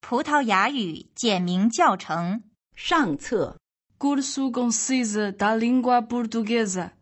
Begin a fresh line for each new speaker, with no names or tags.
葡萄牙语简明教程
上册
Curso Concisa da Língua Portuguesa